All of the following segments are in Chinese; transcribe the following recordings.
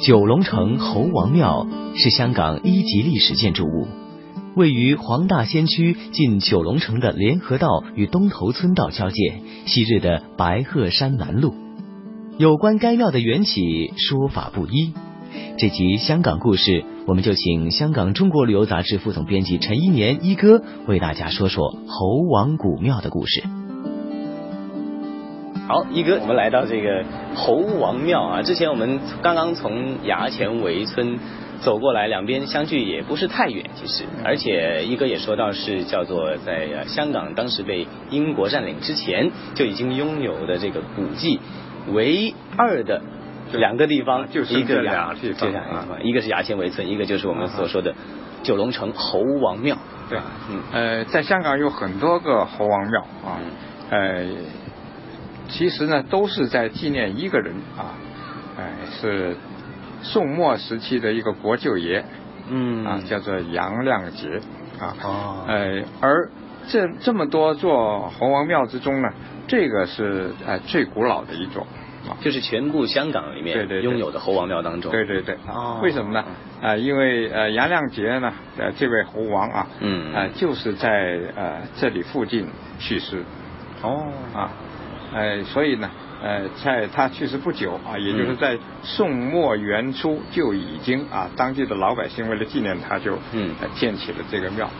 九龙城侯王庙是香港一级历史建筑物，位于黄大仙区近九龙城的联合道与东头村道交界，昔日的白鹤山南路。有关该庙的缘起，说法不一。这集香港故事，我们就请香港《中国旅游杂志》副总编辑陈一年一哥为大家说说侯王古庙的故事。好，一哥，我们来到这个侯王庙啊。之前我们刚刚从衙前围村走过来，两边相距也不是太远，其实。而且一哥也说到是叫做在呃香港当时被英国占领之前就已经拥有的这个古迹唯二的两个地方，就一剩个这衙俩地这方两个地啊方，一个是衙前围村，一个就是我们所说的九龙城侯王庙。对，嗯呃，在香港有很多个侯王庙啊，呃，其实呢都是在纪念一个人啊，呃，是宋末时期的一个国舅爷嗯啊，叫做杨亮节啊，哦呃，而这这么多座侯王庙之中呢，这个是呃最古老的一座啊，就是全部香港里对面对对拥有的侯王庙当中。对对对，哦为什么呢？啊、因为呃杨亮节呢，呃这位侯王啊，嗯啊、就是在呃这里附近去世哦啊，呃所以呢，呃在他去世不久啊，也嗯就是在宋末元初就已经啊，当地的老百姓为了纪念他就嗯呃建起了这个庙啊、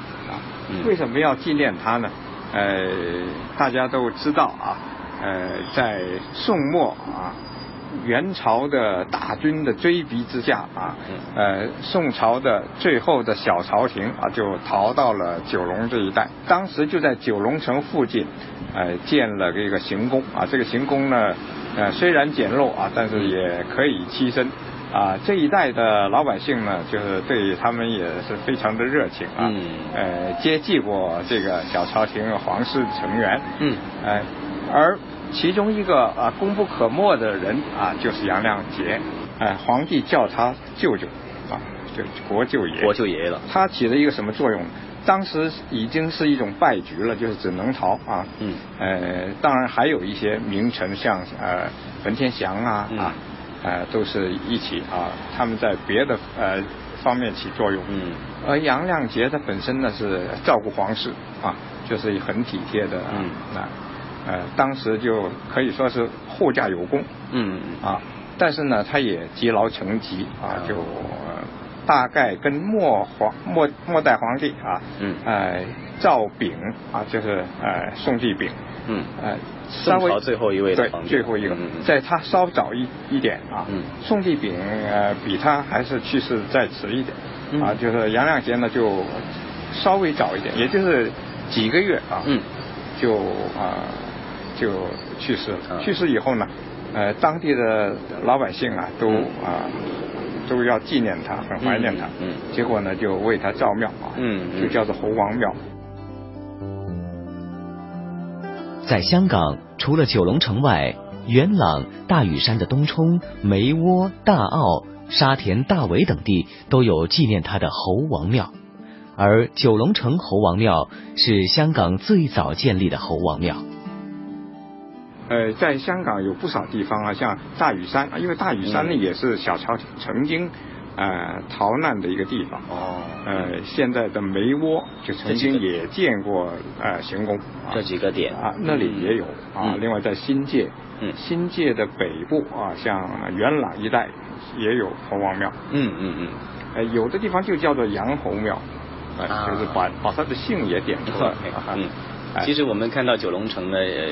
嗯为什么要纪念他呢？呃，大家都知道啊，呃，在宋末啊，元朝的大军的追逼之下啊，呃，宋朝的最后的小朝廷啊，就逃到了九龙这一带。当时就在九龙城附近，呃，建了这个行宫啊。这个行宫呢，呃，虽然简陋啊，但是也可以栖身。啊，这一带的老百姓呢，就是对他们也是非常的热情啊，嗯呃，接济过这个小朝廷皇室成员，嗯，哎、而其中一个啊功不可没的人啊，就是杨亮节，哎、皇帝叫他舅舅啊，就国舅爷，国舅爷了。他起了一个什么作用？当时已经是一种败局了，就是只能逃啊。嗯。呃，当然还有一些名臣，像呃文天祥啊、嗯啊，呃，都是一起啊，他们在别的呃方面起作用。嗯。而杨亮节他本身呢是照顾皇室啊，就是很体贴的啊。嗯那呃，当时就可以说是护驾有功。嗯啊，但是呢，他也积劳成疾啊啊，就、呃大概跟末皇末末代皇帝啊，嗯呃，赵昺啊，就是呃宋帝昺，嗯呃，宋稍微朝最后一位的对皇帝最后一个，嗯嗯嗯在他稍早一一点啊，嗯宋帝昺呃比他还是去世再迟一点、嗯啊，就是杨亮节呢就稍微早一点，也就是几个月啊，嗯，就啊、就去世了。啊去世以后呢，呃，当地的老百姓啊，都嗯啊、都要纪念他，很怀念他。嗯嗯结果呢，就为他造庙啊，嗯嗯就叫做侯王庙。在香港，除了九龙城外，元朗、大屿山的东冲、梅窝、大澳、沙田大围等地都有纪念他的侯王庙，而九龙城侯王庙是香港最早建立的侯王庙。呃，在香港有不少地方啊，像大屿山，因为大屿山呢、嗯也是小朝廷曾经呃逃难的一个地方。哦呃，现在的梅窝就曾这几经个也建过呃行宫，啊这几个点啊，那里也有啊。嗯另外在新界，嗯新界的北部啊，像元朗一带也有侯王庙，嗯嗯嗯，呃，有的地方就叫做杨侯庙，啊呃，就是把把他的姓也点出来 OK，。啊嗯哎，其实我们看到九龙城呢，呃，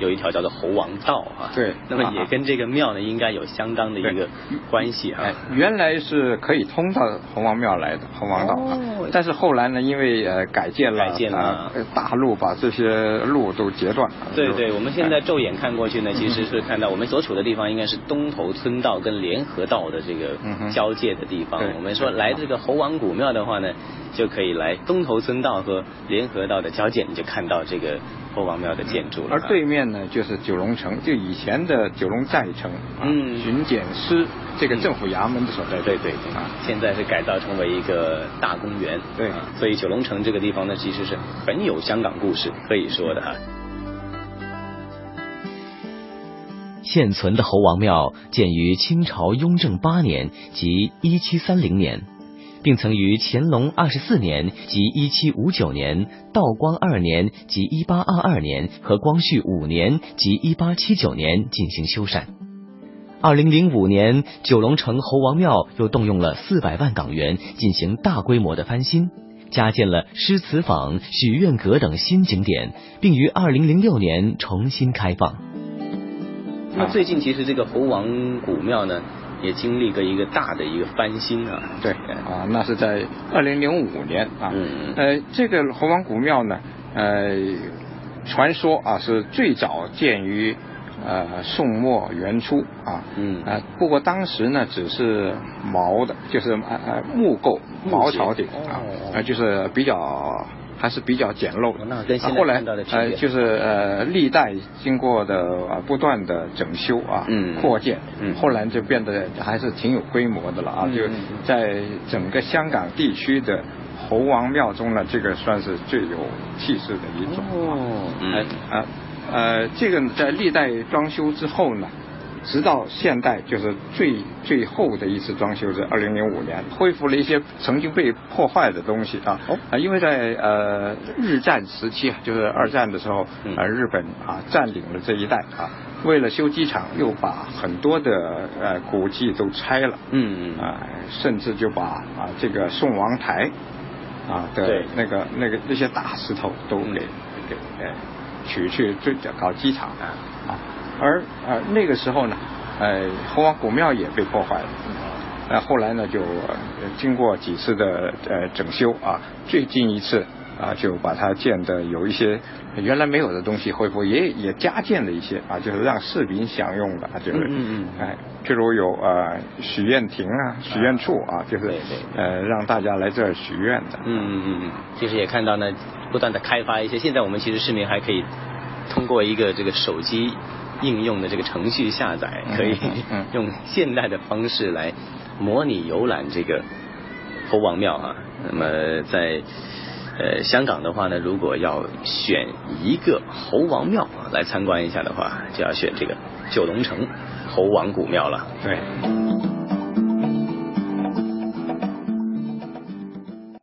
有一条叫做猴王道啊，对那么也跟这个庙呢，应该有相当的一个关系啊哎。原来是可以通到侯王庙来的侯王道啊，哦但是后来呢，因为呃改建了，改建了啊呃大路把这些路都截断了。对就对，我们现哎在骤眼看过去呢，嗯其实是看到我们所处的地方应该是东头村道跟联合道的这个嗯哼交界的地方对。我们说来这个侯王古庙的话呢，就可以来东头村道和联合道的交界，你就看到这个侯王庙的建筑了。而对，面呢，就是九龙城，就以前的九龙寨城，啊嗯巡检司这个政府衙门的所在地。对对对啊，，现在是改造成为一个大公园。对啊所以九龙城这个地方呢，其实是很啊有香港故事可以说的哈。现存的侯王庙建于清朝雍正八年及一七三零年，并曾于乾隆二十四年及一七五九年、道光二年及一八二二年和光绪五年及一八七九年进行修缮。二零零五年，九龙城侯王庙又动用了四百万港元进行大规模的翻新。加建了诗词坊、许愿阁等新景点，并于二零零六年重新开放。那最近其实这个侯王古庙呢，也经历过一个大的一个翻新啊。对啊，那是在二零零五年啊。嗯呃，这个侯王古庙呢，呃，传说啊是最早建于呃宋末元初啊。嗯啊，不过当时呢只是毛的，就是呃呃木构木毛结朝顶啊哦，呃就是比较还是比较简陋的。那跟现在啊后来看到的区别呃就是呃历代经过的呃不断的整修啊，嗯扩建，嗯后来就变得还是挺有规模的了啊，嗯就嗯嗯在整个香港地区的侯王庙中呢，这个算是最有气势的一种。啊哦呃呃呃，这个在历代装修之后呢，直到现代就是最最后的一次装修是二零零五年，恢复了一些曾经被破坏的东西啊。哦啊因为在呃日战时期，啊，就是二战的时候嗯，呃日本啊占领了这一带啊，为了修机场，又把很多的呃古迹都拆了。嗯啊，甚至就把啊这个宋王台啊的对那个那个那些大石头都嗯给、给呃取去最搞机场的啊，而呃那个时候呢，呃侯王古庙也被破坏了。那后来呢，就、呃经过几次的呃整修啊，最近一次啊，就把它建的有一些原来没有的东西恢复，也也加建了一些啊，就是让市民享用的，啊就是嗯嗯嗯哎，譬如有呃许愿亭啊、许愿处啊，就是对对呃让大家来这儿许愿的。嗯嗯嗯嗯，其实也看到呢，不断的开发一些。现在我们其实市民还可以通过一个这个手机应用的这个程序下载，嗯可以嗯嗯用现代的方式来模拟游览这个侯王庙啊。那么在呃香港的话呢，如果要选一个侯王庙啊来参观一下的话，就要选这个九龙城侯王古庙了。对。